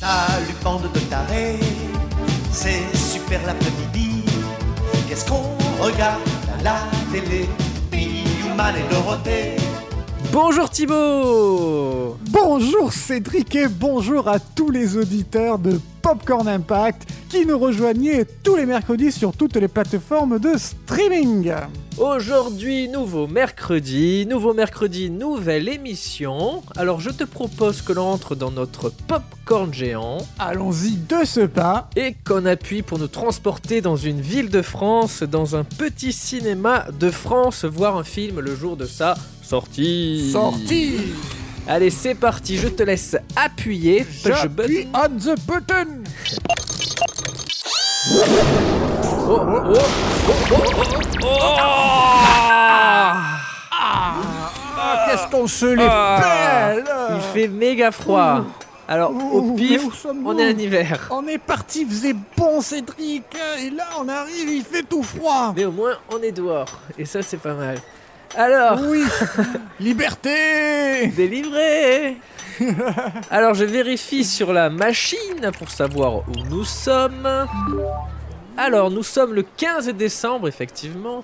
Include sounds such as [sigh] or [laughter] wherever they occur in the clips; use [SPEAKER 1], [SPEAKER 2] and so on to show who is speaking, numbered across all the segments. [SPEAKER 1] Salut bande de tarés, c'est super l'après-midi. Qu'est-ce qu'on regarde à la télé Human et Dorothée.
[SPEAKER 2] Bonjour Thibaut
[SPEAKER 3] Bonjour Cédric et bonjour à tous les auditeurs de Popcorn Impact qui nous rejoignaient tous les mercredis sur toutes les plateformes de streaming.
[SPEAKER 2] Aujourd'hui, nouveau mercredi, nouveau mercredi, nouvelle émission. Alors je te propose que l'on entre dans notre popcorn géant
[SPEAKER 3] Allons-y de ce pas.
[SPEAKER 2] et qu'on appuie pour nous transporter dans une ville de France, dans un petit cinéma de France, voir un film le jour de sa sortie.
[SPEAKER 3] Sorti
[SPEAKER 2] Allez, c'est parti, je te laisse appuyer. Je buzz-
[SPEAKER 3] J'appuie on the button
[SPEAKER 2] Oh, oh, oh, oh, oh, oh, oh.
[SPEAKER 3] Ah, qu'est-ce qu'on se les
[SPEAKER 2] Ah.
[SPEAKER 3] pèle
[SPEAKER 2] Il fait méga froid. Alors,
[SPEAKER 3] Ouh,
[SPEAKER 2] au pif,
[SPEAKER 3] mais où sommes-nous
[SPEAKER 2] on est en hiver.
[SPEAKER 3] On est parti, faisait bon Cédric Et là on arrive, il fait tout froid
[SPEAKER 2] Mais au moins, on est dehors. Et ça, c'est pas mal. Alors, [laughs]
[SPEAKER 3] Oui Liberté
[SPEAKER 2] délivré Alors, je vérifie sur la machine pour savoir où nous sommes. Alors, nous sommes le 15 décembre, effectivement.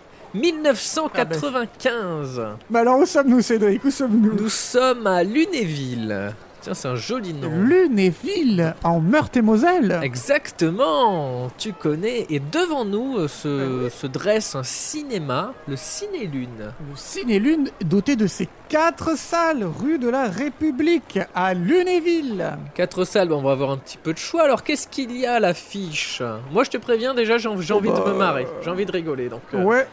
[SPEAKER 2] 1995.
[SPEAKER 3] Mais alors où sommes-nous Cédric Où sommes-nous
[SPEAKER 2] Nous sommes à Lunéville. Tiens, c'est un joli nom.
[SPEAKER 3] Lunéville, en Meurthe-et-Moselle.
[SPEAKER 2] Exactement, tu connais. Et devant nous euh, se, se dresse un cinéma, le Ciné-Lune.
[SPEAKER 3] Le Ciné-Lune, doté de ses quatre salles, rue de la République, à Lunéville.
[SPEAKER 2] Quatre salles, bon, on va avoir un petit peu de choix. Alors qu'est-ce qu'il y a à l'affiche Moi je te préviens déjà, j'ai envie j'ai envie de me marrer, j'ai envie de rigoler. Donc, euh,
[SPEAKER 3] Oh bah, Ouais,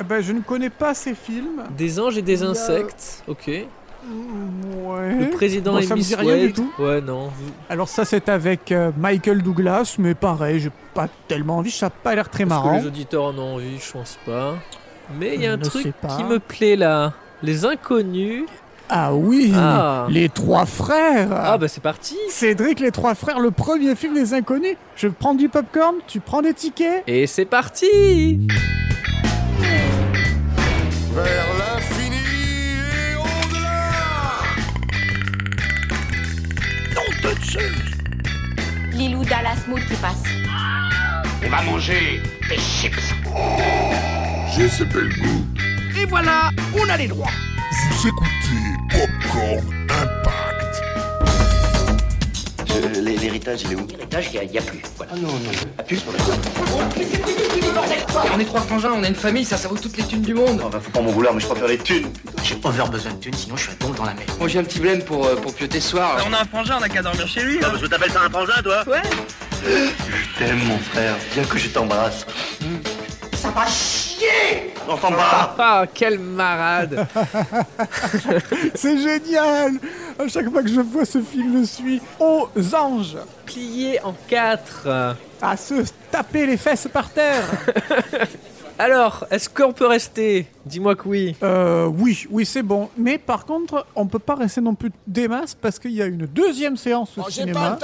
[SPEAKER 3] eh ben, je ne connais pas ces films.
[SPEAKER 2] Des anges et des
[SPEAKER 3] Il y a-
[SPEAKER 2] insectes, ok.
[SPEAKER 3] Mm,
[SPEAKER 2] Le
[SPEAKER 3] Ouais.
[SPEAKER 2] président
[SPEAKER 3] Bon,
[SPEAKER 2] et
[SPEAKER 3] ça me
[SPEAKER 2] Miss
[SPEAKER 3] dit rien du
[SPEAKER 2] Wade.
[SPEAKER 3] tout.
[SPEAKER 2] Ouais, non. vous-
[SPEAKER 3] Alors ça, c'est avec euh, Michael Douglas, mais pareil, j'ai pas tellement envie, ça a pas l'air très
[SPEAKER 2] Est-ce que
[SPEAKER 3] marrant.
[SPEAKER 2] les auditeurs en ont envie Je pense pas. Mais il y a
[SPEAKER 3] Je
[SPEAKER 2] un
[SPEAKER 3] ne
[SPEAKER 2] truc
[SPEAKER 3] sais pas.
[SPEAKER 2] qui me plaît là. Les inconnus.
[SPEAKER 3] Ah oui,
[SPEAKER 2] Ah.
[SPEAKER 3] les trois frères.
[SPEAKER 2] Ah bah c'est parti
[SPEAKER 3] Cédric, les trois frères, le premier film des inconnus. Je prends du popcorn, tu prends des tickets.
[SPEAKER 2] Et c'est parti
[SPEAKER 3] Mmh.
[SPEAKER 4] Vers l'infini et au-delà
[SPEAKER 5] Lilou Dallas Mood qui passe.
[SPEAKER 6] On va manger des chips.
[SPEAKER 4] Je s'appelle goût.
[SPEAKER 6] Et voilà, on a les droits.
[SPEAKER 4] Vous écoutez Popcorn Impact.
[SPEAKER 7] Euh, l'hé- L'héritage, il est où
[SPEAKER 6] L'héritage, il n'y a, plus. Voilà. Ah non, non. Appuie sur le On est trois frangins, on a une famille, ça, ça vaut toutes les thunes du monde.
[SPEAKER 7] Enfin, faut pas m'en vouloir, mais je préfère les thunes.
[SPEAKER 6] J'ai over besoin de thunes, sinon je suis à tombe dans la mer. Moi, j'ai un petit blême pour, euh, pour pioter ce soir. On a un frangin, on a qu'à dormir chez lui.
[SPEAKER 7] Je t'appelle ça un frangin, toi Ouais Je t'aime, mon frère. Bien que je t'embrasse.
[SPEAKER 6] Ça va chier
[SPEAKER 7] On t'embrasse
[SPEAKER 2] Ah, quel
[SPEAKER 3] [laughs]
[SPEAKER 2] malade
[SPEAKER 3] C'est génial À chaque fois que je vois ce film, je suis aux anges
[SPEAKER 2] Plié en quatre.
[SPEAKER 3] à se taper les fesses par
[SPEAKER 2] [laughs]
[SPEAKER 3] terre.
[SPEAKER 2] Alors, est-ce qu'on peut rester Dis-moi que oui.
[SPEAKER 3] Euh, oui, oui, c'est bon. Mais par contre, on peut pas rester non plus des masses parce qu'il y a une deuxième séance au cinéma.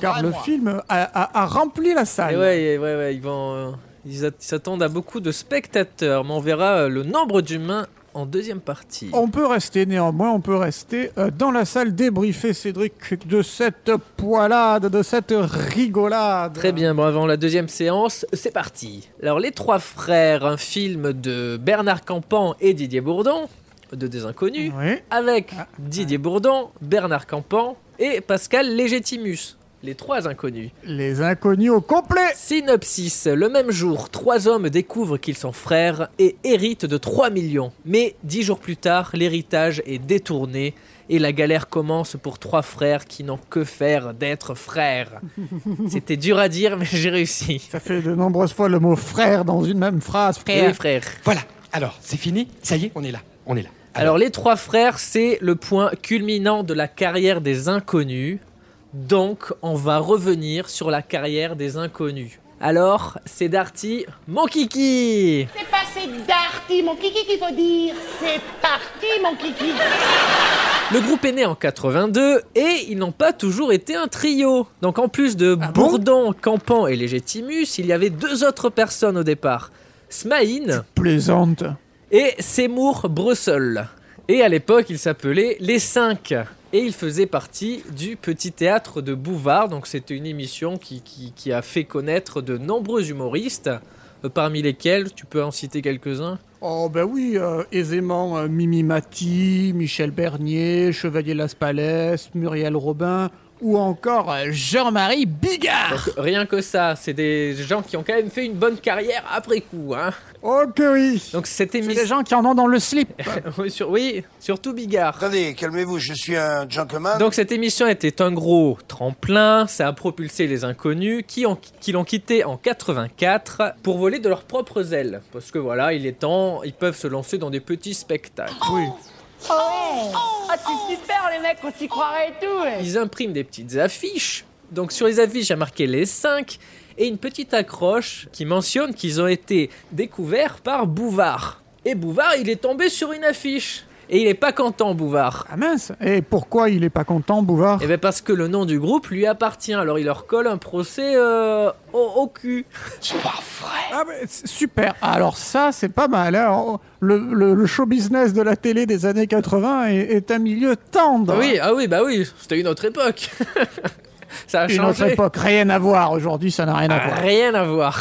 [SPEAKER 3] car le film a, a- a rempli la
[SPEAKER 2] Et
[SPEAKER 3] salle.
[SPEAKER 2] Eh ouais, ouais, ouais, ils vont... euh, ils att- ils s'attendent à beaucoup de spectateurs, mais on verra euh, le nombre d'humains en deuxième partie.
[SPEAKER 3] On peut rester néanmoins, on peut rester euh, dans la salle débriefer Cédric de cette poilade, de cette rigolade.
[SPEAKER 2] Très bien, bon, avant la deuxième séance, c'est parti. Alors, Les Trois Frères, un film de Bernard Campan et Didier Bourdon, de Des Inconnus,
[SPEAKER 3] Oui.
[SPEAKER 2] avec Didier Bourdon, Bernard Campan et Pascal Légitimus, les trois inconnus.
[SPEAKER 3] Les inconnus au complet.
[SPEAKER 2] Synopsis. Le même jour, trois hommes découvrent qu'ils sont frères et héritent de 3 millions. Mais dix jours plus tard, l'héritage est détourné et la galère commence pour trois frères qui n'ont que faire d'être frères. C'était dur à dire, mais j'ai réussi.
[SPEAKER 3] Ça fait de nombreuses fois le mot frère dans une même phrase.
[SPEAKER 2] Et les frères.
[SPEAKER 8] Voilà, alors c'est fini, ça y est, on est là, on est là.
[SPEAKER 2] Alors, les trois frères, c'est le point culminant de la carrière des inconnus. Donc, on va revenir sur la carrière des inconnus. Alors, c'est Darty, mon kiki
[SPEAKER 9] C'est passé d'arty, mon kiki qu'il faut dire. C'est parti, mon kiki.
[SPEAKER 2] Le groupe est né en 82 et ils n'ont pas toujours été un trio. Donc en plus de
[SPEAKER 3] Ah bon
[SPEAKER 2] Bourdon, Campan et Légitimus, il y avait deux autres personnes au départ. Smaïn
[SPEAKER 3] Plaisante.
[SPEAKER 2] et Seymour Brussel. Et à l'époque, ils s'appelaient les Cinq. Et il faisait partie du Petit Théâtre de Bouvard, donc c'était une émission qui, qui- qui a fait connaître de nombreux humoristes, euh, parmi lesquels tu peux en citer quelques-uns.
[SPEAKER 3] Oh ben oui, euh, aisément euh, Mimi Mati, Michel Bernier, Chevalier Laspalès, Muriel Robin ou encore euh, Jean-Marie Bigard.
[SPEAKER 2] Donc, rien que ça, c'est des gens qui ont quand même fait une bonne carrière après coup. Hein.
[SPEAKER 3] Oh que oui.
[SPEAKER 2] Donc cette
[SPEAKER 3] C'est des
[SPEAKER 2] émission...
[SPEAKER 3] gens qui en ont dans
[SPEAKER 2] [laughs]
[SPEAKER 3] le slip.
[SPEAKER 2] Oui, sur- oui, surtout Bigard.
[SPEAKER 10] Attendez, calmez-vous, je suis un gentleman.
[SPEAKER 2] Donc cette émission était un gros tremplin, ça a propulsé les inconnus qui, ont, qui l'ont quitté en 84 pour voler de leurs propres ailes. Parce que voilà, il est temps, ils peuvent se lancer dans des petits spectacles.
[SPEAKER 3] Oui.
[SPEAKER 9] Ah, c'est super, les mecs, on s'y croirait et tout, ouais.
[SPEAKER 2] Ils impriment des petites affiches. Donc sur les affiches, j'ai marqué les 5 et une petite accroche qui mentionne qu'ils ont été découverts par Bouvard. Et Bouvard, il est tombé sur une affiche. Et il est pas content, Bouvard.
[SPEAKER 3] Ah mince. Et pourquoi il est pas content, Bouvard
[SPEAKER 2] Eh bien parce que le nom du groupe lui appartient, alors il leur colle un procès euh, au, au cul.
[SPEAKER 3] Ah ben, c'est super. Alors ça, c'est pas mal. Alors, le, le- le show business de la télé des années 80 est, est un milieu tendre.
[SPEAKER 2] Oui, ah oui, bah oui, c'était une autre époque. [laughs] Ça a
[SPEAKER 3] Une autre
[SPEAKER 2] changé. Ah,
[SPEAKER 3] époque, rien à voir. Aujourd'hui, ça n'a rien à voir.
[SPEAKER 2] Rien à voir.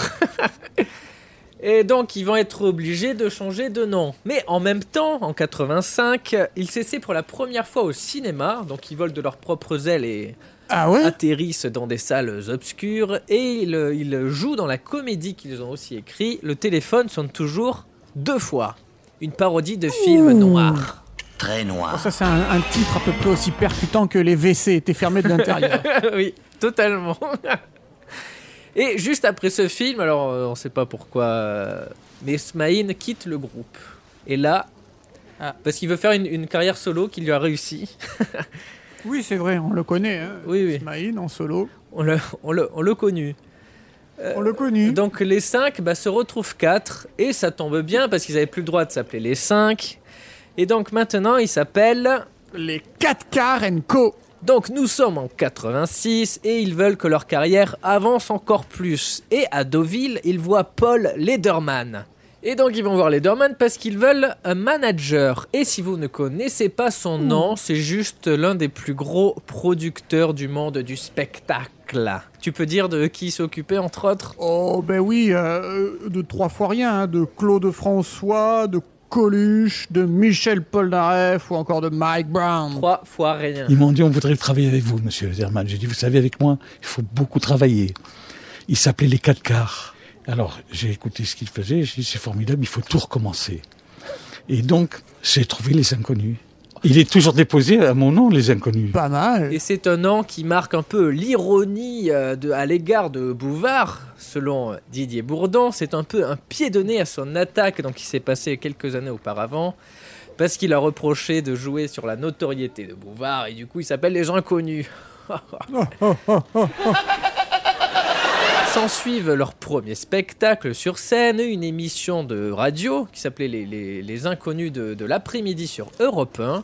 [SPEAKER 2] [laughs] Et donc, ils vont être obligés de changer de nom. Mais en même temps, en 85, ils s'essaient pour la première fois au cinéma. Donc, ils volent de leurs propres ailes et
[SPEAKER 3] Ah ouais
[SPEAKER 2] atterrissent dans des salles obscures. Et ils, ils jouent dans la comédie qu'ils ont aussi écrite. Le téléphone sonne toujours deux fois. Une parodie de film noir. [laughs]
[SPEAKER 1] Très noir.
[SPEAKER 3] Ah, Ça, c'est un, un titre à peu près aussi percutant que les WC étaient fermés de l'intérieur.
[SPEAKER 2] oui, totalement. [laughs] Et juste après ce film, alors euh, on sait pas pourquoi, euh, mais Smaïn quitte le groupe. Et là, parce qu'il veut faire une, une carrière solo qui lui a réussi.
[SPEAKER 3] [laughs]
[SPEAKER 2] [laughs]
[SPEAKER 3] oui, c'est vrai, on le connaît. Hein.
[SPEAKER 2] Oui, oui.
[SPEAKER 3] Smaïn en solo,
[SPEAKER 2] On le, on le, on le connut.
[SPEAKER 3] on le connut.
[SPEAKER 2] Donc les 5 se retrouvent 4 et ça tombe bien parce qu'ils avaient plus le droit de s'appeler les 5. Et donc maintenant ils s'appellent
[SPEAKER 3] Les 4 quarts and co.
[SPEAKER 2] Donc nous sommes en 86 et ils veulent que leur carrière avance encore plus. Et à Deauville, ils voient Paul Lederman. Et donc ils vont voir Lederman parce qu'ils veulent un manager. Et si vous ne connaissez pas son nom, c'est juste l'un des plus gros producteurs du monde du spectacle. Tu peux dire de qui s'occuper entre autres
[SPEAKER 3] Oh, ben oui, euh, de trois fois rien, hein, de Claude François, de Coluche, de Michel Polnareff ou encore de Mike Brown.
[SPEAKER 2] Trois fois rien.
[SPEAKER 11] Ils m'ont dit, on voudrait travailler avec vous, monsieur Zerman. J'ai dit, vous savez, avec moi, il faut beaucoup travailler. Il s'appelait les quatre quarts. Alors, j'ai écouté ce qu'il faisait. J'ai dit, c'est formidable, il faut tout recommencer. Et donc, j'ai trouvé les inconnus. Il est toujours déposé à mon nom, les inconnus.
[SPEAKER 3] Pas mal.
[SPEAKER 2] Et c'est un an qui marque un peu l'ironie euh, de- à l'égard de Bouvard. Selon euh, Didier Bourdon, c'est un peu un pied de nez à son attaque, donc qui s'est passé quelques années auparavant, parce qu'il a reproché de jouer sur la notoriété de Bouvard, et du coup il s'appelle Les Inconnus. S'en suivent leur premier spectacle sur scène, une émission de radio qui s'appelait Les, Les- Les Inconnus de, de l'après-midi sur Europe 1.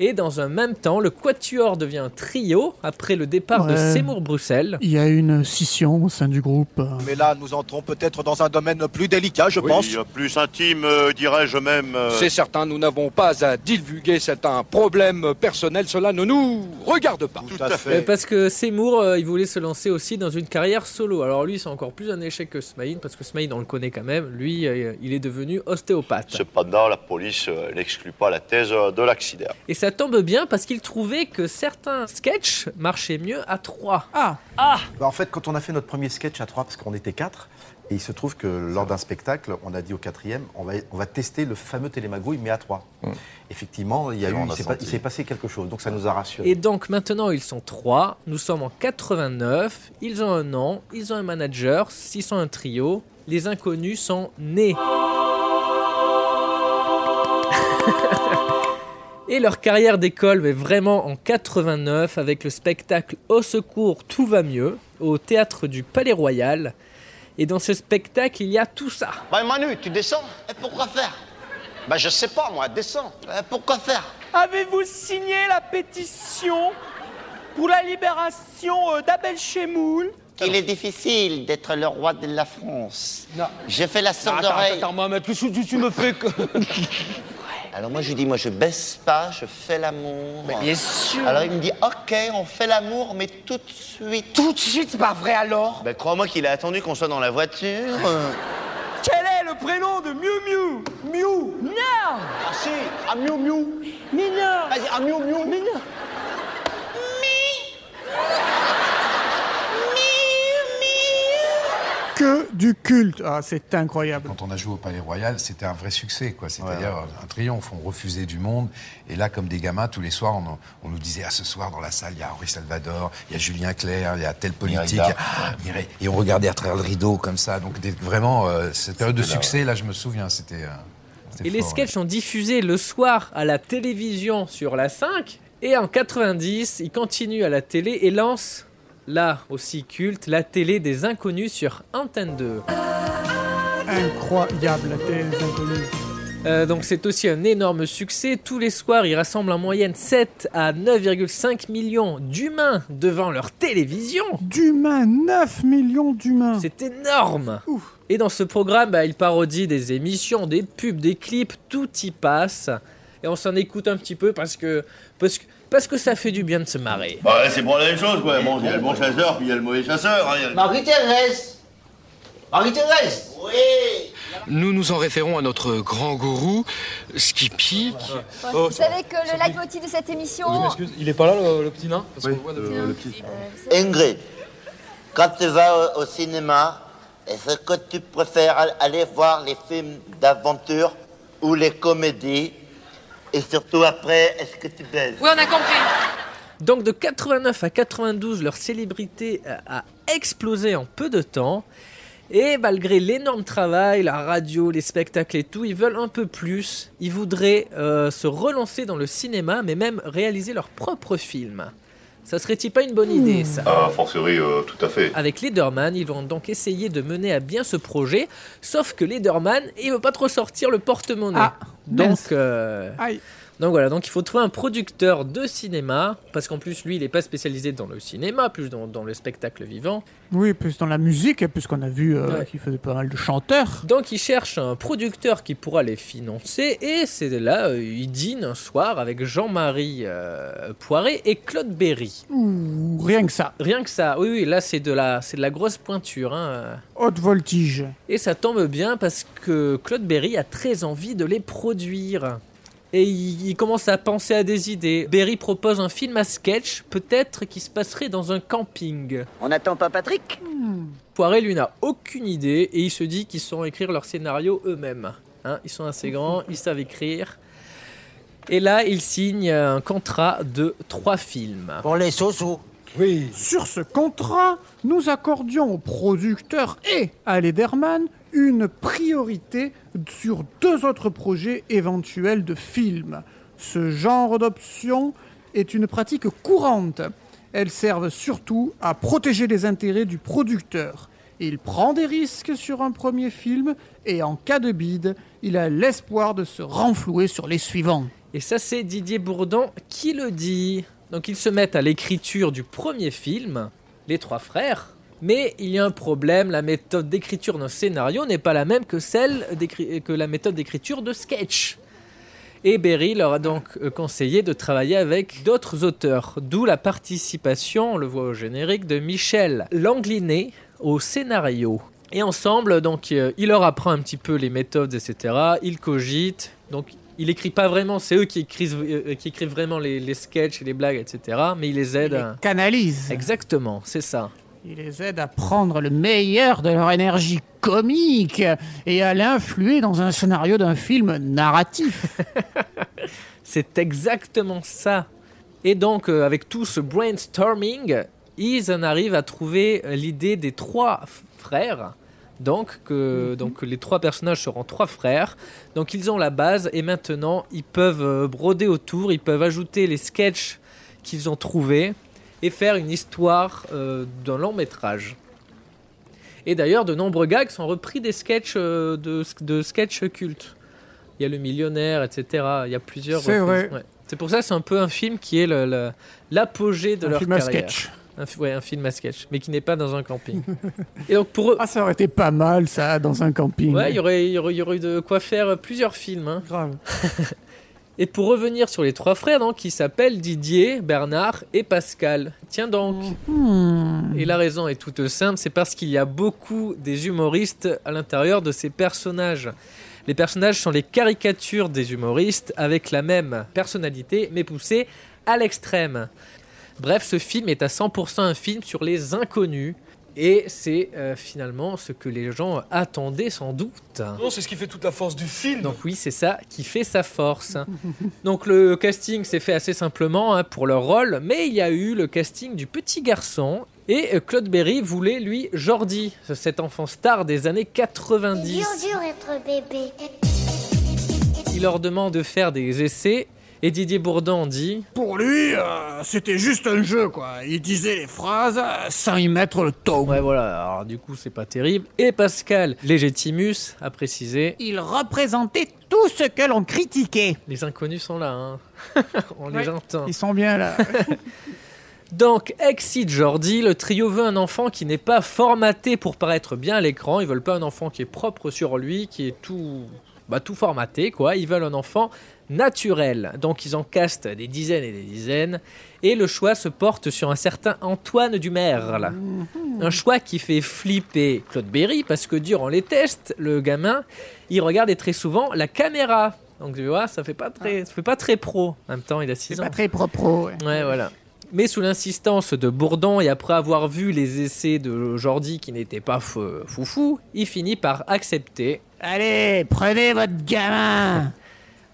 [SPEAKER 2] Et dans un même temps, le Quatuor devient un trio après le départ de
[SPEAKER 3] Ouais.
[SPEAKER 2] Seymour Bruxelles.
[SPEAKER 3] Il y a une scission au sein du groupe.
[SPEAKER 10] Mais là, nous entrons peut-être dans un domaine plus délicat, je pense.
[SPEAKER 7] plus intime, euh, dirais-je même. euh,
[SPEAKER 8] C'est certain, nous n'avons pas à divulguer, c'est un problème personnel, cela ne nous regarde pas.
[SPEAKER 10] Tout à
[SPEAKER 2] Euh,
[SPEAKER 10] fait.
[SPEAKER 2] parce que Seymour, euh, il voulait se lancer aussi dans une carrière solo. Alors lui, c'est encore plus un échec que Smaïn, parce que Smaïn, on le connaît quand même. Lui, euh, il est devenu ostéopathe.
[SPEAKER 7] Cependant, la police euh, n'exclut pas la thèse euh, de l'accident.
[SPEAKER 2] Et ça tombe bien parce qu'il trouvait que certains sketchs marchaient mieux à trois.
[SPEAKER 3] Ah,
[SPEAKER 12] Bah, en fait, quand on a fait notre premier sketch à trois, parce qu'on était quatre, et il se trouve que lors d'un spectacle, on a dit au quatrième, on va, on va tester le fameux télémagouille, mais à trois. Effectivement, il, y a eu,
[SPEAKER 7] on a
[SPEAKER 12] il s'est pas-
[SPEAKER 7] senti.
[SPEAKER 12] il s'est passé quelque chose, donc ça nous a rassurés.
[SPEAKER 2] Et donc maintenant ils sont trois, nous sommes en 89, ils ont un nom, ils ont un manager, ils sont un trio, les inconnus sont nés. [laughs] Et leur carrière d'école mais vraiment en 89 avec le spectacle Au secours, tout va mieux au théâtre du Palais Royal. Et dans ce spectacle, il y a tout ça.
[SPEAKER 1] Bah Manu, tu descends Et pourquoi faire Bah je sais pas moi, descends. Eh, pourquoi faire
[SPEAKER 9] Avez-vous signé la pétition pour la libération d'Abel Chemoul
[SPEAKER 1] Il est difficile d'être le roi de la France.
[SPEAKER 8] Non.
[SPEAKER 1] J'ai fait la sourde
[SPEAKER 8] Attends,
[SPEAKER 1] oreille.
[SPEAKER 8] attends, attends, Mohamed, tu, tu, tu me fais que...
[SPEAKER 13] [laughs] Alors moi je lui dis, moi je baisse pas, je fais l'amour.
[SPEAKER 14] Mais bien sûr.
[SPEAKER 13] Alors il me dit, ok, on fait l'amour, mais tout de suite.
[SPEAKER 14] Tout de suite, c'est pas vrai alors
[SPEAKER 13] Ben crois-moi qu'il a attendu qu'on soit dans la voiture.
[SPEAKER 14] Quel est le prénom de Miu Miu Miu Non Ah si, à Miu Miu Mais non Vas-y, à Miu Miu Mais non
[SPEAKER 3] Que du culte. Ah, c'est incroyable.
[SPEAKER 15] Quand on a joué au Palais Royal, c'était un vrai succès, quoi. C'est-à-dire un triomphe. On refusait du monde. Et là, comme des gamins, tous les soirs, on, on nous disait Ah, ce soir, dans la salle, il y a Henri Salvador, il y a Julien Clerc, il y a tel politique.
[SPEAKER 10] Darc,
[SPEAKER 15] il y a- Ah, Mireille. Et on regardait à travers le rideau, comme ça. Donc, des- vraiment, euh, cette période de
[SPEAKER 10] C'était là,
[SPEAKER 15] succès, là, je me souviens, c'était. euh, c'était
[SPEAKER 2] Et les
[SPEAKER 15] fort,
[SPEAKER 2] sketchs sont diffusés le soir à la télévision sur la 5. Et en 90, il continue à la télé et lance, là aussi culte, la télé des inconnus sur Antenne 2.
[SPEAKER 3] Incroyable, la télé des inconnus.
[SPEAKER 2] Euh, donc c'est aussi un énorme succès. Tous les soirs, il rassemble en moyenne 7 à 9,5 millions d'humains devant leur télévision.
[SPEAKER 3] D'humains, 9 millions d'humains.
[SPEAKER 2] C'est énorme. Et dans ce programme, bah, il parodie des émissions, des pubs, des clips, tout y passe. Et on s'en écoute un petit peu parce que, parce que, parce que ça fait du bien de se marrer.
[SPEAKER 16] Bah ouais, c'est pour la même chose, quoi. Bon, il y a le bon chasseur, puis il y a le mauvais chasseur. hein, il y a le-
[SPEAKER 6] Bah,
[SPEAKER 17] Marie-Thérèse Marie-Thérèse Oui
[SPEAKER 18] Nous nous en référons à notre grand gourou, Skippy. qui-
[SPEAKER 19] Vous savez que le leitmotiv de cette émission.
[SPEAKER 18] Je m'excuse, il est pas là le, le petit nain Parce qu'on voit depuis-
[SPEAKER 13] Ingrid, quand tu vas au, au cinéma, est-ce que tu préfères al- aller voir les films d'aventure ou les comédies Et surtout après, est-ce que tu baises
[SPEAKER 2] Oui, on a compris. Donc de 89 à 92, leur célébrité euh, a explosé en peu de temps. Et malgré l'énorme travail, la radio, les spectacles et tout, ils veulent un peu plus. Ils voudraient euh, se relancer dans le cinéma, mais même réaliser leur propre film. Ça serait-il pas une bonne idée, ça
[SPEAKER 16] Ah, forcerie, euh, tout à fait.
[SPEAKER 2] Avec Lederman, ils vont donc essayer de mener à bien ce projet, sauf que Lederman, il veut pas trop sortir le porte-monnaie.
[SPEAKER 3] Ah,
[SPEAKER 2] donc, euh, donc voilà, donc il faut trouver un producteur de cinéma, parce qu'en plus lui, il n'est pas spécialisé dans le cinéma, plus dans, dans le spectacle vivant.
[SPEAKER 3] Oui, plus dans la musique, et puisqu'on a vu euh,
[SPEAKER 2] Ouais.
[SPEAKER 3] qu'il faisait pas mal de chanteurs.
[SPEAKER 2] Donc il cherche un producteur qui pourra les financer, et c'est là, euh, il dîne un soir avec Jean-Marie euh, Poiré et Claude Berry.
[SPEAKER 3] Ouh, rien que ça.
[SPEAKER 2] Rien que ça, oui, oui, là c'est de la, c'est de la grosse pointure. Hein.
[SPEAKER 3] Haute voltige.
[SPEAKER 2] Et ça tombe bien parce que Claude Berry a très envie de les produire. Et il, il commence à penser à des idées. Berry propose un film à sketch, peut-être qui se passerait dans un camping.
[SPEAKER 17] On n'attend pas Patrick
[SPEAKER 2] Poiré, lui, n'a aucune idée et il se dit qu'ils sauront écrire leur scénario eux-mêmes. Hein, ils sont assez grands, ils savent écrire. Et là, il signe un contrat de trois films.
[SPEAKER 17] Pour les sosos.
[SPEAKER 3] Oui. Sur ce contrat, nous accordions aux producteurs et à Lederman une priorité sur deux autres projets éventuels de films. Ce genre d'option est une pratique courante. Elles servent surtout à protéger les intérêts du producteur. Il prend des risques sur un premier film et en cas de bide, il a l'espoir de se renflouer sur les suivants.
[SPEAKER 2] Et ça, c'est Didier Bourdon qui le dit. Donc, ils se mettent à l'écriture du premier film, Les Trois Frères. Mais il y a un problème, la méthode d'écriture d'un scénario n'est pas la même que celle d'écri- que la méthode d'écriture de sketch. Et Berry leur a donc euh, conseillé de travailler avec d'autres auteurs, d'où la participation, on le voit au générique, de Michel Langlinet au scénario. Et ensemble, donc, euh, il leur apprend un petit peu les méthodes, etc. Il cogite, donc il écrit pas vraiment, c'est eux qui écrivent, euh, qui écrivent vraiment les, les sketchs et les blagues, etc. Mais il les aide. à-
[SPEAKER 3] Canalise.
[SPEAKER 2] Exactement, c'est ça.
[SPEAKER 3] Il les aide à prendre le meilleur de leur énergie comique et à l'influer dans un scénario d'un film narratif.
[SPEAKER 2] C'est exactement ça. Et donc, euh, avec tout ce brainstorming, ils en arrivent à trouver euh, l'idée des trois f- frères. Donc,
[SPEAKER 3] Mhm.
[SPEAKER 2] que, donc, les trois personnages seront trois frères. Donc, ils ont la base et maintenant, ils peuvent euh, broder autour, ils peuvent ajouter les sketchs qu'ils ont trouvés et faire une histoire euh, d'un long métrage. Et d'ailleurs, de nombreux gags sont repris des sketchs euh, de, de sketchs cultes. Il y a le millionnaire, etc. Il y a plusieurs.
[SPEAKER 3] C'est
[SPEAKER 2] reprises.
[SPEAKER 3] vrai.
[SPEAKER 2] Ouais. C'est pour ça que c'est un peu un film qui est le- le- l'apogée de
[SPEAKER 3] Un
[SPEAKER 2] leur
[SPEAKER 3] film à
[SPEAKER 2] carrière.
[SPEAKER 3] sketch.
[SPEAKER 2] Un, fi- ouais, un film à sketch, mais qui n'est pas dans un camping. Et donc pour eux.
[SPEAKER 3] [laughs] Ah, ça aurait été pas mal, ça, dans un camping.
[SPEAKER 2] Ouais, il y aurait, il y aurait- il y aurait eu de quoi faire euh, plusieurs films.
[SPEAKER 3] Grave.
[SPEAKER 2] et pour revenir sur les trois frères, donc, qui s'appellent Didier, Bernard et Pascal. Tiens donc. Et la raison est toute simple, c'est parce qu'il y a beaucoup des humoristes à l'intérieur de ces personnages. Les personnages sont les caricatures des humoristes avec la même personnalité, mais poussée à l'extrême. Bref, ce film est à 100% un film sur les inconnus. Et c'est euh, finalement ce que les gens attendaient sans doute.
[SPEAKER 20] Non, c'est ce qui fait toute la force du film.
[SPEAKER 2] Donc oui, c'est ça qui fait sa force. Donc le casting s'est fait assez simplement hein, pour leur rôle, mais il y a eu le casting du petit garçon. Et euh, Claude Berry voulait, lui, Jordi, cet enfant star des années 90.
[SPEAKER 21] dur être bébé.
[SPEAKER 2] Il leur demande de faire des essais, et Didier Bourdon dit...
[SPEAKER 3] Pour lui, euh, c'était juste un jeu, quoi. Il disait les phrases euh, sans y mettre le tome.
[SPEAKER 2] Ouais, voilà, alors du coup, c'est pas terrible. Et Pascal Légitimus a précisé...
[SPEAKER 3] Il représentait tout ce que l'on critiquait.
[SPEAKER 2] Les inconnus sont là, hein. [laughs] on
[SPEAKER 3] Ouais,
[SPEAKER 2] les entend.
[SPEAKER 3] Ils sont bien là.
[SPEAKER 2] Donc, Exit Jordi, le trio veut un enfant qui n'est pas formaté pour paraître bien à l'écran. Ils veulent pas un enfant qui est propre sur lui, qui est tout, bah, tout formaté, quoi. Ils veulent un enfant naturel. Donc, ils en castent des dizaines et des dizaines. Et le choix se porte sur un certain Antoine Dumerle. Un choix qui fait flipper Claude Berry parce que durant les tests, le gamin, il regarde et très souvent la caméra. Donc tu vois, ça fait pas très, ça fait pas très pro. En même temps, il a 6 ans.
[SPEAKER 3] pas très pro. Ouais.
[SPEAKER 2] Ouais, voilà. Mais sous l'insistance de Bourdon et après avoir vu les essais de Jordi qui n'étaient pas fou- foufou, il finit par accepter.
[SPEAKER 3] Allez, prenez votre gamin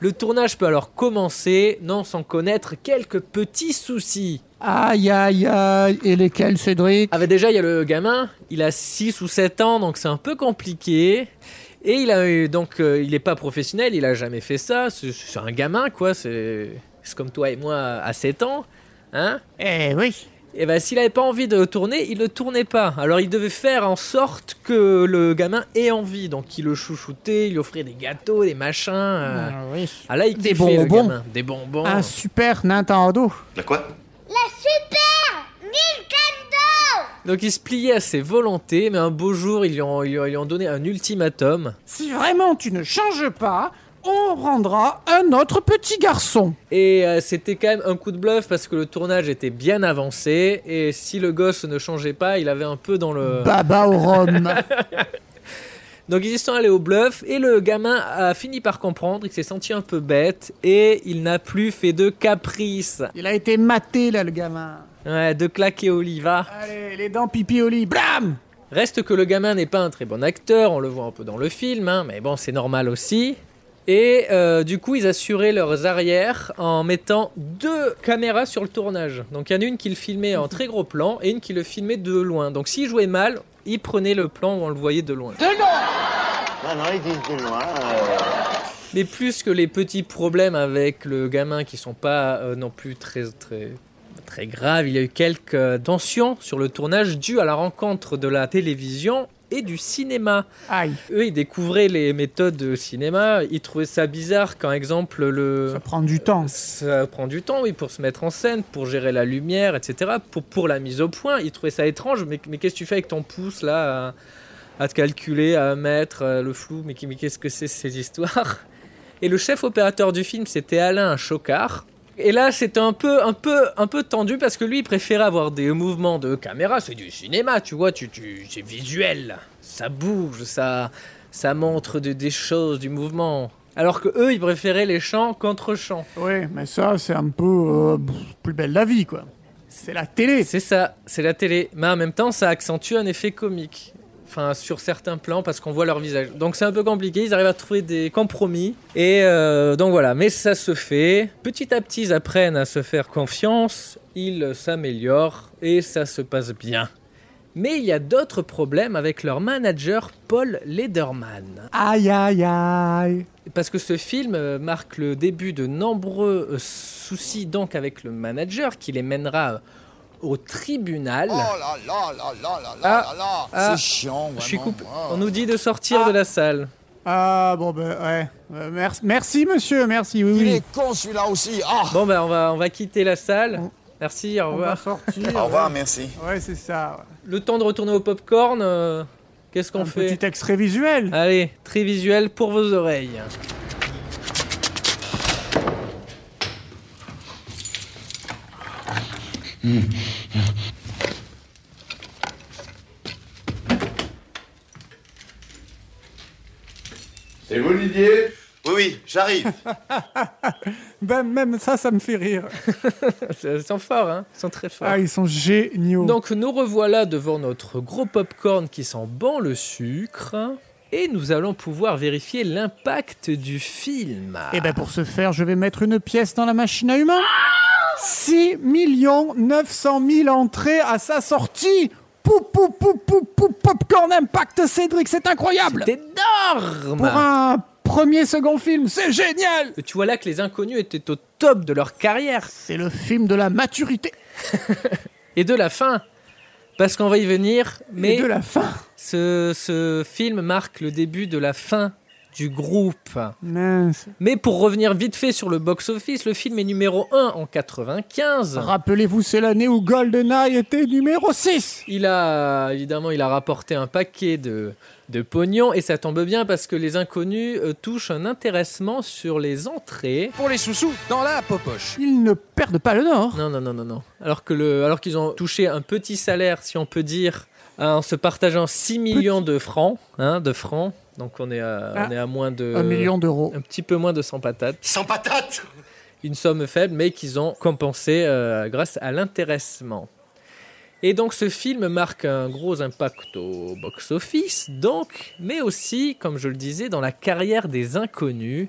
[SPEAKER 2] Le tournage peut alors commencer, non sans connaître quelques petits soucis.
[SPEAKER 3] Aïe, aïe, aïe. Et lesquels, Cédric
[SPEAKER 2] Ah bah déjà, il y a le gamin, il a 6 ou 7 ans, donc c'est un peu compliqué. Et il a eu, donc euh, il n'est pas professionnel, il a jamais fait ça, c'est c'est un gamin quoi, c'est c'est comme toi et moi à 7 ans, hein
[SPEAKER 3] Eh oui
[SPEAKER 2] Et ben s'il avait pas envie de tourner, il ne tournait pas. Alors il devait faire en sorte que le gamin ait envie, donc il le chouchoutait, il lui offrait des gâteaux, des machins. euh.
[SPEAKER 3] Ah oui.
[SPEAKER 2] Ah là, il
[SPEAKER 3] Des
[SPEAKER 2] kiffait, le
[SPEAKER 3] bonbons. Ah,
[SPEAKER 2] gamin. Des bonbons.
[SPEAKER 3] Un super Nintendo.
[SPEAKER 2] La quoi
[SPEAKER 21] La super Nintendo
[SPEAKER 2] Donc il se pliait à ses volontés, mais un beau jour, ils lui ont, ils lui ont- ils lui ont donné un ultimatum.
[SPEAKER 3] Si vraiment tu ne changes pas, on rendra un autre petit garçon.
[SPEAKER 2] Et euh, c'était quand même un coup de bluff parce que le tournage était bien avancé. Et si le gosse ne changeait pas, il avait un peu dans
[SPEAKER 3] Bah,
[SPEAKER 2] le.
[SPEAKER 3] Baba au rhum.
[SPEAKER 2] Donc ils y sont allés au bluff et le gamin a fini par comprendre, il s'est senti un peu bête et il n'a plus fait de caprice.
[SPEAKER 3] Il a été maté là, le gamin.
[SPEAKER 2] Ouais, de claquer Oliva.
[SPEAKER 3] Allez, les dents pipi au lit, blam
[SPEAKER 2] Reste que le gamin n'est pas un très bon acteur, on le voit un peu dans le film, hein, mais bon, c'est normal aussi. Et euh, du coup, ils assuraient leurs arrières en mettant deux caméras sur le tournage. Donc il y en a une qui le filmait en très gros plan et une qui le filmait de loin. Donc s'il jouait mal, il prenait le plan où on le voyait de loin.
[SPEAKER 13] Non, non, ils disent euh. du noir.
[SPEAKER 2] Mais plus que les petits problèmes avec le gamin qui sont pas euh, non plus très très très graves, il y a eu quelques euh, tensions sur le tournage dues à la rencontre de la télévision et du cinéma.
[SPEAKER 3] Aïe.
[SPEAKER 2] Eux, ils découvraient les méthodes de cinéma, ils trouvaient ça bizarre quand exemple le ça
[SPEAKER 3] prend du temps.
[SPEAKER 2] Ça prend du temps oui pour se mettre en scène, pour gérer la lumière, etc. Pour pour la mise au point, ils trouvaient ça étrange. Mais, mais qu'est-ce que tu fais avec ton pouce là à- à te calculer, à mettre euh, le flou, mais, qui- mais qu'est-ce que c'est ces histoires Et le chef opérateur du film, c'était Alain Chocard. Et là, c'était un peu, un, peu, un peu tendu parce que lui, il préférait avoir des mouvements de caméra. C'est du cinéma, tu vois, tu, tu, c'est visuel. Ça bouge, ça, ça montre de- des choses, du mouvement. Alors que eux, ils préféraient les chants contre chants.
[SPEAKER 3] Oui, mais ça, c'est un peu euh, pff, plus belle la vie, quoi. C'est la télé.
[SPEAKER 2] C'est ça, c'est la télé. Mais en même temps, ça accentue un effet comique. Enfin, sur certains plans, parce qu'on voit leur visage. Donc c'est un peu compliqué, ils arrivent à trouver des compromis. Et euh, donc voilà, mais ça se fait. Petit à petit, ils apprennent à se faire confiance, ils s'améliorent, et ça se passe bien. Mais il y a d'autres problèmes avec leur manager, Paul Lederman.
[SPEAKER 3] Aïe, aïe, aïe.
[SPEAKER 2] Parce que ce film euh, marque le début de nombreux euh, soucis donc avec le manager qui les mènera euh, au tribunal.
[SPEAKER 10] là là Oh là là là
[SPEAKER 2] Ah, ah,
[SPEAKER 10] C'est chiant,
[SPEAKER 2] je suis
[SPEAKER 10] vraiment.
[SPEAKER 2] coupé. On nous dit de sortir de la salle.
[SPEAKER 3] Ah, bon, ben, ouais. Euh, merci, merci, monsieur, merci, oui, oui.
[SPEAKER 10] con celui-là aussi. Ah
[SPEAKER 2] Bon ben on va on va quitter la salle. Merci, au
[SPEAKER 3] On
[SPEAKER 2] revoir.
[SPEAKER 3] va sortir. ouais. Ouais, c'est ça. ouais.
[SPEAKER 2] Le temps de retourner au popcorn, euh, qu'est-ce qu'on
[SPEAKER 3] Un
[SPEAKER 2] fait Ah.
[SPEAKER 3] petit extrait visuel.
[SPEAKER 2] Allez, très visuel pour vos oreilles. [laughs]
[SPEAKER 16] C'est vous, Didier
[SPEAKER 12] Oui, oui, j'arrive.
[SPEAKER 3] Ben, même ça, ça me fait rire.
[SPEAKER 2] Ils sont forts, hein Ils sont très forts.
[SPEAKER 3] Ah, ils sont géniaux.
[SPEAKER 2] Donc nous revoilà devant notre gros popcorn qui sent bon le sucre. Et nous allons pouvoir vérifier l'impact du film.
[SPEAKER 3] Et ben pour ce faire, je vais mettre une pièce dans la machine à humains. 6 900 000 entrées à sa sortie. Pou, pou, pou, pou, pou, popcorn impact, Cédric, c'est incroyable.
[SPEAKER 2] C'est énorme.
[SPEAKER 3] Pour un premier, second film, c'est génial.
[SPEAKER 2] Tu vois là que les inconnus étaient au top de leur carrière.
[SPEAKER 3] C'est le film de la maturité.
[SPEAKER 2] Et de la fin. Parce qu'on va y venir, mais
[SPEAKER 3] Et de la fin.
[SPEAKER 2] ce, ce film marque le début de la fin du groupe.
[SPEAKER 3] Mince.
[SPEAKER 2] Mais pour revenir vite fait sur le box-office, le film est numéro 1 en 95.
[SPEAKER 3] Rappelez-vous, c'est l'année où GoldenEye était numéro 6.
[SPEAKER 2] Il a évidemment il a rapporté un paquet de, de pognon et ça tombe bien parce que les inconnus euh, touchent un intéressement sur les entrées.
[SPEAKER 8] Pour les sous-sous, dans la popoche.
[SPEAKER 3] Ils ne perdent pas le nord.
[SPEAKER 2] Non non non non non. Alors que le alors qu'ils ont touché un petit salaire si on peut dire en se partageant 6 millions de francs, hein, de francs. Donc on est à,
[SPEAKER 3] Ah.
[SPEAKER 2] on est à moins de
[SPEAKER 3] Un million d'euros.
[SPEAKER 2] un petit peu moins de 100 patates.
[SPEAKER 16] 100 patates
[SPEAKER 2] une somme faible, mais qu'ils ont compensé euh, grâce à l'intéressement. Et donc ce film marque un gros impact au box-office, donc, mais aussi, comme je le disais, dans la carrière des inconnus.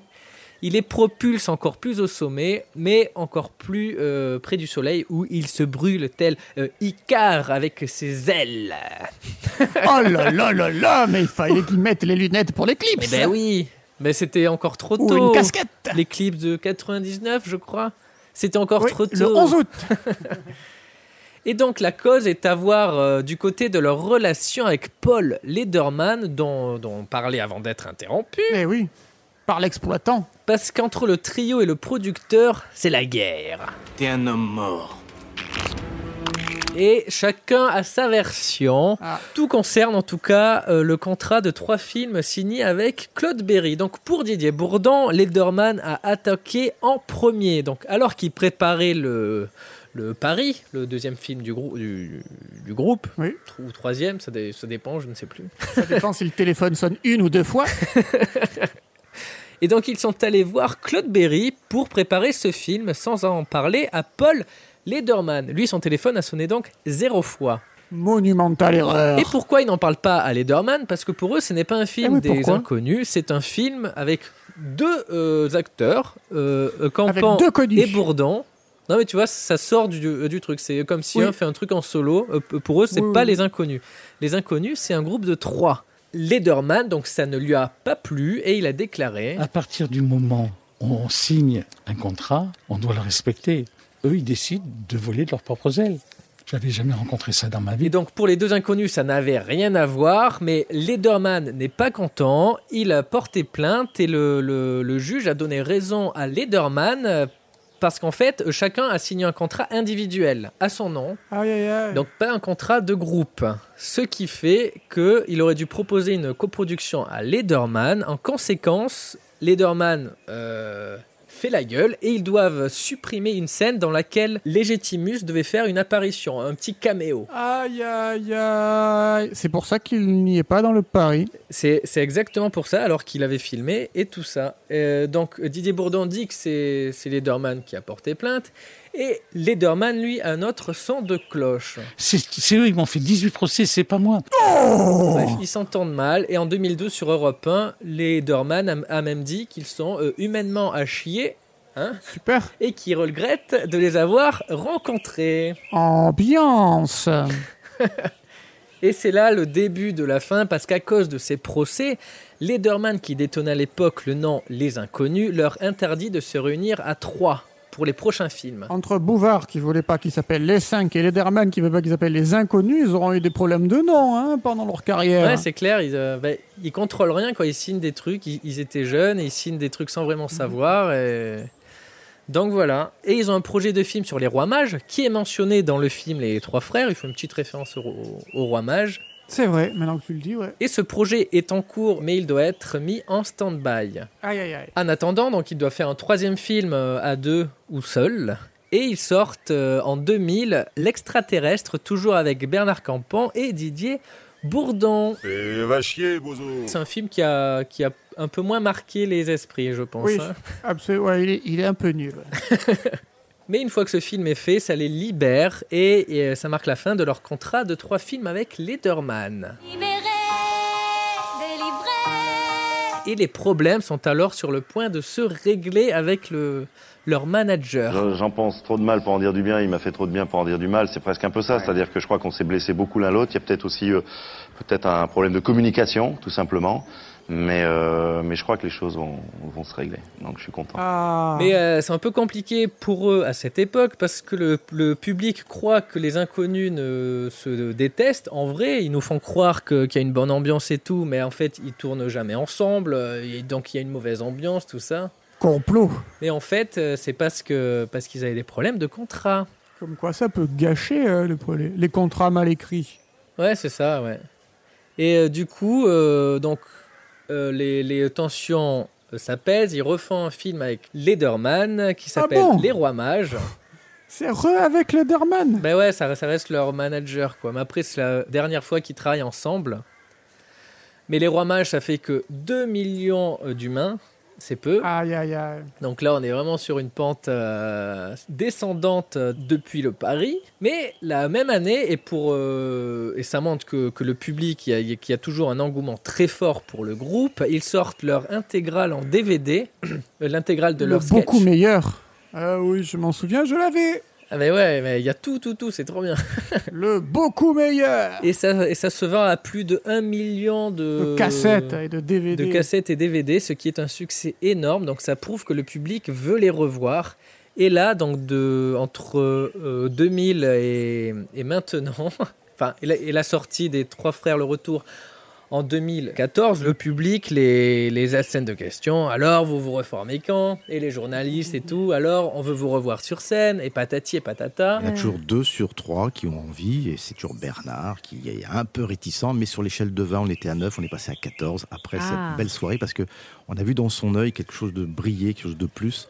[SPEAKER 2] Il les propulse encore plus au sommet, mais encore plus euh, près du soleil, où il se brûle tel euh, Icare avec ses ailes.
[SPEAKER 3] Oh là là là là, mais il fallait qu'ils mettent les lunettes pour l'éclipse.
[SPEAKER 2] Eh ben oui, mais c'était encore trop
[SPEAKER 3] Ou
[SPEAKER 2] tôt.
[SPEAKER 3] une casquette.
[SPEAKER 2] L'éclipse de 99, je crois. C'était encore
[SPEAKER 3] Oui,
[SPEAKER 2] trop tôt.
[SPEAKER 3] le 11 août.
[SPEAKER 2] Et donc la cause est à voir euh, du côté de leur relation avec Paul Lederman, dont, dont on parlait avant d'être interrompu.
[SPEAKER 3] Eh oui, par l'exploitant.
[SPEAKER 2] Parce qu'entre le trio et le producteur, c'est la guerre.
[SPEAKER 7] T'es un homme mort.
[SPEAKER 2] Et chacun a sa version. Tout concerne en tout cas euh, le contrat de trois films signés avec Claude Berry. Donc pour Didier Bourdon, Lederman a attaqué en premier. Donc alors qu'il préparait le, le Paris, le deuxième film du, grou- du, du groupe,
[SPEAKER 3] Oui.
[SPEAKER 2] ou troisième, ça, dé- ça dépend, je ne sais plus.
[SPEAKER 3] Ça dépend si le téléphone sonne une ou deux fois.
[SPEAKER 2] Et donc ils sont allés voir Claude Berry pour préparer ce film sans en parler à Paul Lederman. Lui, son téléphone a sonné donc zéro fois.
[SPEAKER 3] Monumentale erreur.
[SPEAKER 2] Et pourquoi ils n'en parlent pas à Lederman Parce que pour eux, ce n'est pas un film
[SPEAKER 3] Eh Ah. oui,
[SPEAKER 2] des
[SPEAKER 3] pourquoi
[SPEAKER 2] inconnus, c'est un film avec deux euh, acteurs, euh, euh, Campan
[SPEAKER 3] deux connus.
[SPEAKER 2] et Bourdon. Non mais tu vois, ça sort du, euh, du truc. C'est comme si
[SPEAKER 3] Oui.
[SPEAKER 2] un fait un truc en solo. Euh, p- pour eux, c'est
[SPEAKER 3] Oui,
[SPEAKER 2] pas
[SPEAKER 3] oui.
[SPEAKER 2] les inconnus. Les inconnus, c'est un groupe de trois. Lederman, donc ça ne lui a pas plu et il a déclaré.
[SPEAKER 11] À partir du moment où on signe un contrat, on doit le respecter. Eux, ils décident de voler de leurs propres ailes. J'avais jamais rencontré ça dans ma vie.
[SPEAKER 2] Et donc pour les deux inconnus, ça n'avait rien à voir, mais Lederman n'est pas content, il a porté plainte et le, le- le juge a donné raison à Lederman euh, parce qu'en fait, euh, chacun a signé un contrat individuel à son nom,
[SPEAKER 3] Aïe, aïe, aïe.
[SPEAKER 2] donc pas un contrat de groupe. Ce qui fait qu'il aurait dû proposer une coproduction à Lederman. En conséquence, Lederman euh, fait la gueule et ils doivent supprimer une scène dans laquelle Legitimus devait faire une apparition, un petit caméo.
[SPEAKER 3] Aïe, aïe, aïe. C'est pour ça qu'il n'y est pas dans le pari.
[SPEAKER 2] C'est c'est exactement pour ça, alors qu'il avait filmé et tout ça. Euh, donc Didier Bourdon dit que c'est c'est Lederman qui a porté plainte. Et Lederman, lui, a un autre son de cloche.
[SPEAKER 11] C'est c'est eux, ils m'ont fait 18 procès, c'est pas moi.
[SPEAKER 2] Bref, ils s'entendent mal. Et en 2012, sur Europe 1, Lederman a, a même dit qu'ils sont euh, humainement à chier. hein,
[SPEAKER 3] Super.
[SPEAKER 2] et qu'ils regrettent de les avoir rencontrés.
[SPEAKER 3] Ambiance.
[SPEAKER 2] Et c'est là le début de la fin, parce qu'à cause de ces procès, Lederman, qui détonna à l'époque le nom Les Inconnus, leur interdit de se réunir à trois pour les prochains films.
[SPEAKER 3] Entre Bouvard qui voulait pas qu'il s'appelle les 5 et Lederman qui veut pas qu'il s'appelle les inconnus, ils auront eu des problèmes de nom hein, pendant leur carrière.
[SPEAKER 2] Ouais, c'est clair, ils, euh, bah, ils contrôlent rien quand ils signent des trucs, ils, ils étaient jeunes, et ils signent des trucs sans vraiment savoir, et Donc voilà, et ils ont un projet de film sur les rois mages, qui est mentionné dans le film Les Trois Frères, ils font une petite référence au, au- au roi mage.
[SPEAKER 3] C'est vrai, maintenant que tu le dis, ouais.
[SPEAKER 2] Et ce projet est en cours, mais il doit être mis en stand-by.
[SPEAKER 3] Aïe, aïe, aïe.
[SPEAKER 2] En attendant, donc, ils doivent faire un troisième film euh, à deux ou seul. Et ils sortent euh, en 2000 L'extraterrestre, toujours avec Bernard Campan et Didier Bourdon.
[SPEAKER 5] Et Eh, va chier, bozo.
[SPEAKER 2] C'est un film qui a, qui a un peu moins marqué les esprits, je pense.
[SPEAKER 3] Oui,
[SPEAKER 2] hein.
[SPEAKER 3] absolument. il, est, il est un peu nul.
[SPEAKER 2] Mais une fois que ce film est fait, ça les libère et, et ça marque la fin de leur contrat de trois films avec Lederman. Et les problèmes sont alors sur le point de se régler avec le, leur manager.
[SPEAKER 22] Je- J'en pense trop de mal pour en dire du bien, il m'a fait trop de bien pour en dire du mal, c'est presque un peu ça, c'est-à-dire que je crois qu'on s'est blessé beaucoup l'un l'autre, il y a peut-être aussi euh, peut-être un problème de communication, tout simplement, mais, euh, mais je crois que les choses vont, vont se régler, donc je suis content.
[SPEAKER 2] Mais euh, c'est un peu compliqué pour eux à cette époque parce que le, le public croit que les inconnus ne se détestent. En vrai, ils nous font croire que- qu'il y a une bonne ambiance et tout, mais en fait, ils tournent jamais ensemble. euh, Et donc, il y a une mauvaise ambiance, tout ça.
[SPEAKER 3] Complot.
[SPEAKER 2] Mais en fait, euh, c'est parce que parce qu'ils avaient des problèmes de contrat.
[SPEAKER 3] Comme quoi, ça peut gâcher euh, le pro- les, les contrats mal écrits.
[SPEAKER 2] Ouais, c'est ça, ouais. Et euh, du coup, euh, donc, euh, les, les tensions euh, s'apaisent. Ils refont un film avec Lederman qui s'appelle
[SPEAKER 3] bon
[SPEAKER 2] Les Rois Mages.
[SPEAKER 3] C'est re avec Lederman.
[SPEAKER 2] Ben ouais, ça, ça reste leur manager, quoi. Mais après, c'est la dernière fois qu'ils travaillent ensemble. Mais les Rois Mages, ça fait que 2 millions euh, d'humains. C'est peu.
[SPEAKER 3] Aïe, aïe, aïe.
[SPEAKER 2] Donc là, on est vraiment sur une pente euh, descendante euh, depuis le pari. Mais la même année, et, pour, euh, et ça montre que, que le public, il y, a, qu'il y a toujours un engouement très fort pour le groupe, ils sortent leur intégrale en DVD, euh, [clears throat] l'intégrale de
[SPEAKER 3] Le
[SPEAKER 2] leur sketch.
[SPEAKER 3] beaucoup meilleur. Ah oui, je m'en souviens, je l'avais.
[SPEAKER 2] Ah mais ouais, mais il y a tout, tout, tout, c'est trop bien.
[SPEAKER 3] le beaucoup meilleur
[SPEAKER 2] et ça, et ça se vend à plus de 1 million de...
[SPEAKER 3] De cassettes et de DVD.
[SPEAKER 2] Euh, de cassettes et DVD, ce qui est un succès énorme. Donc ça prouve que le public veut les revoir. Et là, donc de, entre euh, 2000 et, et maintenant, [laughs] enfin, et la, et la sortie des Trois Frères, le retour en 2014, le public les, les assène de questions. Alors, vous vous reformez quand Et les journalistes et tout. Alors, on veut vous revoir sur scène. Et patati et patata.
[SPEAKER 23] Il y en a toujours deux sur trois qui ont envie, et c'est toujours Bernard qui est un peu réticent, mais sur l'échelle de 20, on était à 9, on est passé à 14 après
[SPEAKER 24] Ah.
[SPEAKER 23] cette belle soirée, parce que on a vu dans son œil quelque chose de briller, quelque chose de plus.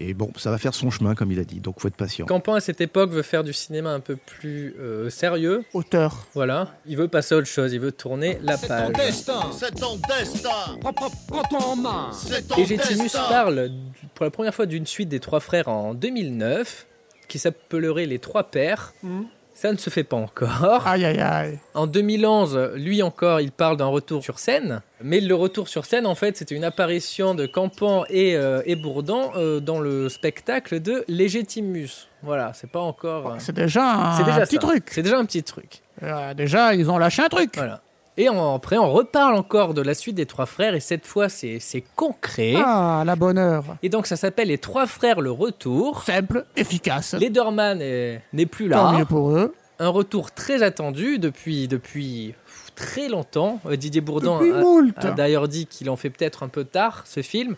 [SPEAKER 23] Et bon, ça va faire son chemin, comme il a dit, donc faut être patient.
[SPEAKER 2] Campan à cette époque veut faire du cinéma un peu plus euh, sérieux.
[SPEAKER 3] Auteur.
[SPEAKER 2] Voilà. Il veut passer à autre chose. Il veut tourner la page.
[SPEAKER 24] C'est ton destin Prends-toi en main C'est
[SPEAKER 2] Et Gétinus parle du- pour la première fois d'une suite des trois frères en 2009 qui s'appellerait Les Trois Pères.
[SPEAKER 24] Hmm.
[SPEAKER 2] Ça ne se fait pas encore.
[SPEAKER 3] Aïe, aïe, aïe.
[SPEAKER 2] En 2011, lui encore, il parle d'un retour sur scène. Mais le retour sur scène, en fait, c'était une apparition de Campan et, euh, et Bourdon euh, dans le spectacle de Légitimus. Voilà, c'est pas encore. euh,
[SPEAKER 3] C'est déjà Ah, un,
[SPEAKER 2] c'est déjà
[SPEAKER 3] petit
[SPEAKER 2] ça.
[SPEAKER 3] truc.
[SPEAKER 2] C'est déjà un petit truc.
[SPEAKER 3] Euh, déjà, ils ont lâché un truc.
[SPEAKER 2] Voilà. Et en- après, on reparle encore de la suite des Trois Frères, et cette fois, c'est c'est concret.
[SPEAKER 3] Ah, la bonne heure.
[SPEAKER 2] Et donc ça s'appelle Les Trois Frères le Retour.
[SPEAKER 3] Simple, efficace.
[SPEAKER 2] Lederman est- n'est plus là.
[SPEAKER 3] Tant mieux pour eux.
[SPEAKER 2] Un retour très attendu depuis, depuis pff, très longtemps. Euh, Didier Bourdon
[SPEAKER 3] Depuis
[SPEAKER 2] a-
[SPEAKER 3] moult.
[SPEAKER 2] a, d'ailleurs dit qu'il en fait peut-être un peu tard ce film.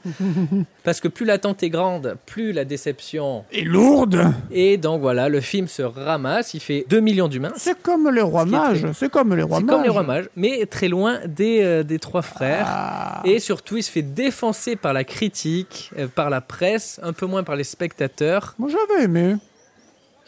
[SPEAKER 2] parce que plus l'attente est grande, plus la déception
[SPEAKER 3] est lourde.
[SPEAKER 2] Et donc voilà, le film se ramasse. Il fait 2 millions d'humains.
[SPEAKER 3] C'est comme les rois mages. C'est comme les rois
[SPEAKER 2] C'est
[SPEAKER 3] mages.
[SPEAKER 2] comme les rois mages, mais très loin des, euh, des trois frères.
[SPEAKER 3] Ah.
[SPEAKER 2] Et surtout, il se fait défoncer par la critique, euh, par la presse, un peu moins par les spectateurs.
[SPEAKER 3] Moi, j'avais aimé.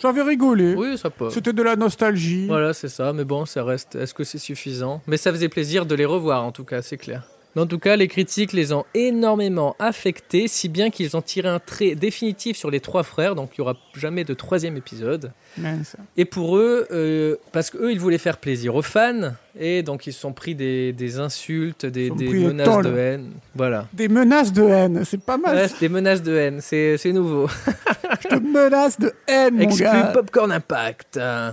[SPEAKER 3] J'avais rigolé.
[SPEAKER 2] Oui, ça peut.
[SPEAKER 3] C'était de la nostalgie.
[SPEAKER 2] Voilà, c'est ça. Mais bon, ça reste. Est-ce que c'est suffisant Mais ça faisait plaisir de les revoir, en tout cas, c'est clair. Mais en tout cas, les critiques les ont énormément affectés, si bien qu'ils ont tiré un trait définitif sur les trois frères, donc il n'y aura jamais de troisième épisode.
[SPEAKER 3] Mince.
[SPEAKER 2] Et pour eux, euh, parce qu'eux, ils voulaient faire plaisir aux fans, et donc ils se sont pris des, des insultes, des,
[SPEAKER 3] sont
[SPEAKER 2] des
[SPEAKER 3] pris des
[SPEAKER 2] menaces de
[SPEAKER 3] tôles.
[SPEAKER 2] haine. Voilà.
[SPEAKER 3] Des menaces de haine. C'est pas mal.
[SPEAKER 2] Ouais, c'est des menaces de haine, c'est c'est nouveau.
[SPEAKER 3] Je te menace de haine, mon
[SPEAKER 2] Exclu
[SPEAKER 3] gars.
[SPEAKER 2] Popcorn Impact. euh.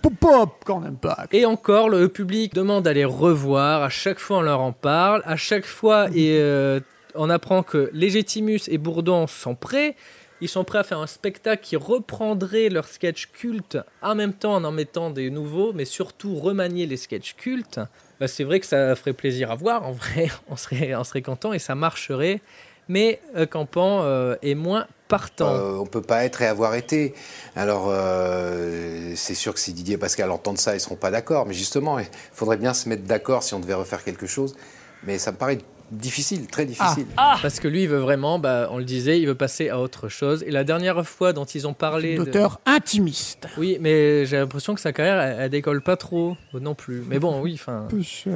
[SPEAKER 3] Popcorn Impact.
[SPEAKER 2] Et encore, le public demande à les revoir. À chaque fois, on leur en parle. À chaque fois, et, euh, on apprend que Légitimus et Bourdon sont prêts. Ils sont prêts à faire un spectacle qui reprendrait leurs sketchs cultes en même temps en en mettant des nouveaux, mais surtout remanier les sketchs cultes. Bah, c'est vrai que ça ferait plaisir à voir. En [laughs] vrai, on serait, on serait content et ça marcherait. Mais euh, Campan euh, est moins partant.
[SPEAKER 1] Euh, on peut pas être et avoir été. Alors, euh, c'est sûr que si Didier et Pascal entendent ça, ils seront pas d'accord. Mais justement, il faudrait bien se mettre d'accord si on devait refaire quelque chose. Mais ça me paraît difficile, très difficile.
[SPEAKER 2] Parce que lui, il veut vraiment, bah, on le disait, il veut passer à autre chose. Et la dernière fois dont ils ont parlé.
[SPEAKER 3] D'auteur intimiste.
[SPEAKER 2] Oui, mais j'ai l'impression que sa carrière, elle, elle décolle pas trop non plus. Mais bon, oui, enfin.
[SPEAKER 3] Peu cher.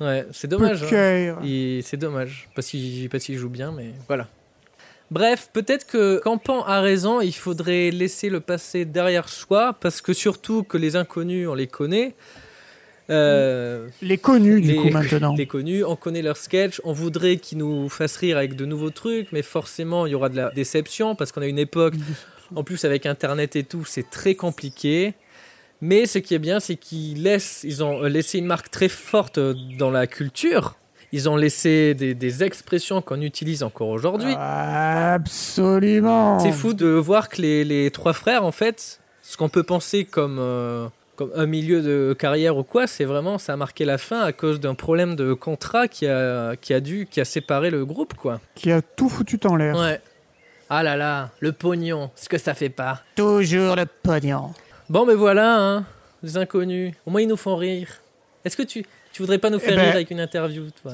[SPEAKER 2] Ouais, c'est dommage. hein.
[SPEAKER 3] Pucaire.
[SPEAKER 2] Il- C'est dommage. Pas s'il pas s'il joue bien, mais voilà. Bref, peut-être que Campan a raison, il faudrait laisser le passé derrière soi, parce que surtout que les inconnus, on les connaît. Euh,
[SPEAKER 3] Les connus, du
[SPEAKER 2] les-
[SPEAKER 3] coup, maintenant.
[SPEAKER 2] Les connus, on connaît leurs sketchs, on voudrait qu'ils nous fassent rire avec de nouveaux trucs, mais forcément, il y aura de la déception parce qu'on a une époque, en plus avec Internet et tout, c'est très compliqué. Mais ce qui est bien, c'est qu'ils laissent, ils ont euh, laissé une marque très forte euh, dans la culture. Ils ont laissé des, des expressions qu'on utilise encore
[SPEAKER 3] Ah,
[SPEAKER 2] aujourd'hui.
[SPEAKER 3] Absolument.
[SPEAKER 2] C'est fou de voir que les, les trois frères, en fait, ce qu'on peut penser comme, euh, comme un milieu de carrière ou quoi, c'est vraiment, ça a marqué la fin à cause d'un problème de contrat qui a, qui a dû, qui a séparé le groupe, quoi.
[SPEAKER 3] Qui a tout foutu en l'air.
[SPEAKER 2] Ouais. Ah là là, le pognon, ce que ça fait pas.
[SPEAKER 3] Toujours le pognon.
[SPEAKER 2] Bon, mais voilà, hein, les inconnus. Au moins, ils nous font rire. Est-ce que tu, tu voudrais pas nous
[SPEAKER 3] Eh
[SPEAKER 2] faire
[SPEAKER 3] ben-
[SPEAKER 2] rire avec une interview, toi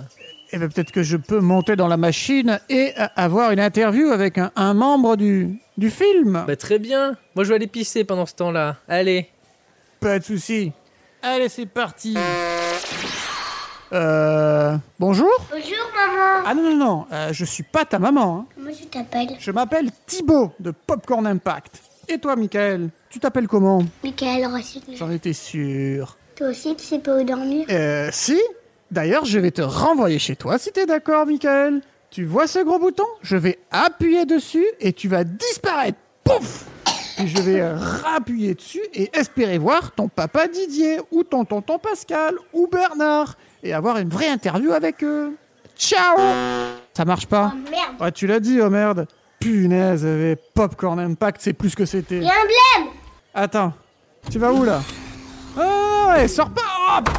[SPEAKER 3] Eh bien, peut-être que je peux monter dans la machine et euh, avoir une interview avec un, un membre du, du film.
[SPEAKER 2] Bah, très bien. Moi, je vais aller pisser pendant ce temps-là. Allez.
[SPEAKER 3] Pas de souci. Allez, c'est parti. Euh, bonjour
[SPEAKER 21] Bonjour, maman.
[SPEAKER 3] Ah non, non, non, euh, je suis pas ta maman. hein.
[SPEAKER 21] Comment tu t'appelles
[SPEAKER 3] Je m'appelle Thibaut de Popcorn Impact. Et toi, Michael Tu t'appelles comment
[SPEAKER 21] Michael Rossignol.
[SPEAKER 3] J'en étais sûr.
[SPEAKER 21] Toi aussi, tu sais pas où dormir
[SPEAKER 3] Euh, si D'ailleurs, je vais te renvoyer chez toi si t'es d'accord, Michael. Tu vois ce gros bouton Je vais appuyer dessus et tu vas disparaître. Pouf Et je vais euh, rappuyer dessus et espérer voir ton papa Didier ou ton tonton Pascal ou Bernard et avoir une vraie interview avec eux. Ciao Ça marche pas
[SPEAKER 21] Oh, merde.
[SPEAKER 3] Ouais, tu l'as dit, oh merde. Punaise, euh, Popcorn Impact, c'est plus que c'était.
[SPEAKER 21] Il y a un blême
[SPEAKER 3] Attends, tu vas où là Ah ouais, sors pas Oh,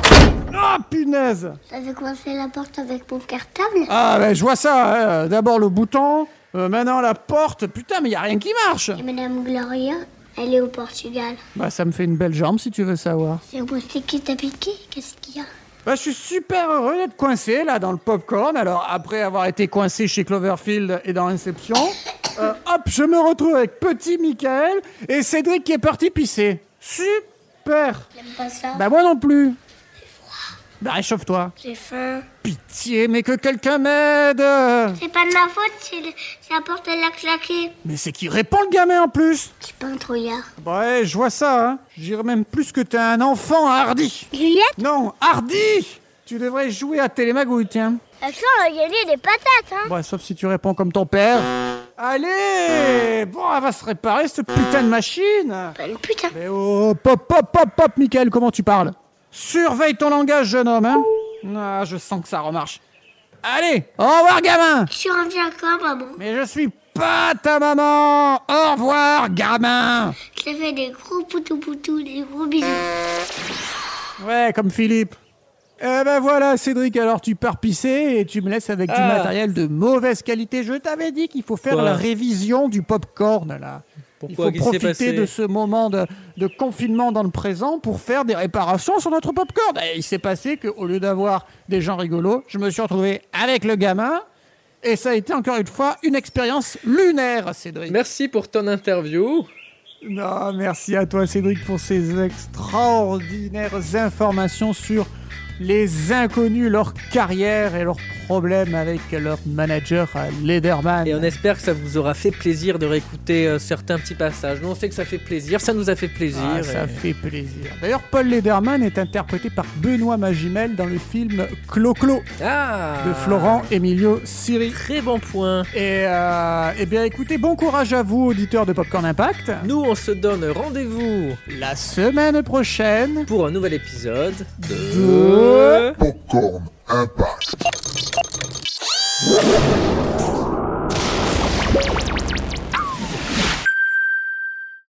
[SPEAKER 3] oh, punaise
[SPEAKER 21] J'avais coincé la porte avec mon cartable.
[SPEAKER 3] Ah ben je vois ça, hein. d'abord le bouton, euh, maintenant la porte, putain mais y a rien qui marche
[SPEAKER 21] Et Madame Gloria, elle est au Portugal.
[SPEAKER 3] Bah ça me fait une belle jambe si tu veux savoir.
[SPEAKER 21] C'est moi, c'est qui t'a piqué Qu'est-ce qu'il y a
[SPEAKER 3] Bah je suis super heureux d'être coincé là dans le popcorn, alors après avoir été coincé chez Cloverfield et dans Inception, euh, hop je me retrouve avec petit Michael et Cédric qui est parti pisser. Super
[SPEAKER 21] J'aime pas ça.
[SPEAKER 3] Bah moi non plus Bah réchauffe-toi
[SPEAKER 21] J'ai faim.
[SPEAKER 3] Pitié mais que quelqu'un m'aide
[SPEAKER 21] C'est pas de ma faute, c'est le- c'est la porte, elle a claqué.
[SPEAKER 3] Mais c'est qui répond le gamin en plus Bah,
[SPEAKER 21] Je suis pas un trouillard.
[SPEAKER 3] Ouais, je vois ça, hein. Je dirais même plus que t'es un enfant, Hardy.
[SPEAKER 21] Juliette
[SPEAKER 3] Non, Hardy Tu devrais jouer à Télémagouille, tiens.
[SPEAKER 21] Action, on a gagné des patates, hein
[SPEAKER 3] Ouais, sauf si tu réponds comme ton père. Allez Bon, elle va se réparer, cette putain de machine
[SPEAKER 21] Pas une putain.
[SPEAKER 3] Mais oh, pop, pop, pop, pop, Michael, comment tu parles Surveille ton langage, jeune homme, hein Ah, je sens que ça remarche. Allez, au revoir, gamin
[SPEAKER 21] Tu reviens quand, maman
[SPEAKER 3] Mais je suis pas ta maman Au revoir, gamin
[SPEAKER 21] Je te fais des gros poutou-poutou, des gros bisous.
[SPEAKER 3] Ouais, comme Philippe. Eh ben voilà, Cédric, alors tu pars pisser et tu me laisses avec du
[SPEAKER 2] Ah.
[SPEAKER 3] matériel de mauvaise qualité. Je t'avais dit qu'il faut faire
[SPEAKER 2] Quoi
[SPEAKER 3] la révision du popcorn, là.
[SPEAKER 2] Pourquoi
[SPEAKER 3] Il
[SPEAKER 2] Qu'est-ce
[SPEAKER 3] faut
[SPEAKER 2] qui s'est
[SPEAKER 3] profiter
[SPEAKER 2] passé
[SPEAKER 3] de ce moment de, de confinement dans le présent pour faire des réparations sur notre popcorn. Et il s'est passé qu'au lieu d'avoir des gens rigolos, je me suis retrouvé avec le gamin. Et ça a été encore une fois une expérience lunaire, Cédric.
[SPEAKER 2] Merci pour ton interview.
[SPEAKER 3] Non, merci à toi Cédric pour ces extraordinaires informations sur les inconnus, leur carrière et leurs problèmes avec leur manager euh, Lederman.
[SPEAKER 2] Et on espère que ça vous aura fait plaisir de réécouter euh, certains petits passages. Nous, on sait que ça fait plaisir, ça nous a fait plaisir.
[SPEAKER 3] Ah, ça
[SPEAKER 2] et-
[SPEAKER 3] fait plaisir. D'ailleurs, Paul Lederman est interprété par Benoît Magimel dans le film Clo-Clo
[SPEAKER 2] Ah
[SPEAKER 3] de Florent Emilio Siri.
[SPEAKER 2] Très bon point.
[SPEAKER 3] Et euh, eh bien écoutez, bon courage à vous auditeurs de Popcorn Impact.
[SPEAKER 2] Nous, on se donne rendez-vous
[SPEAKER 3] La semaine prochaine,
[SPEAKER 2] pour un nouvel épisode
[SPEAKER 3] de...
[SPEAKER 1] Popcorn Impact.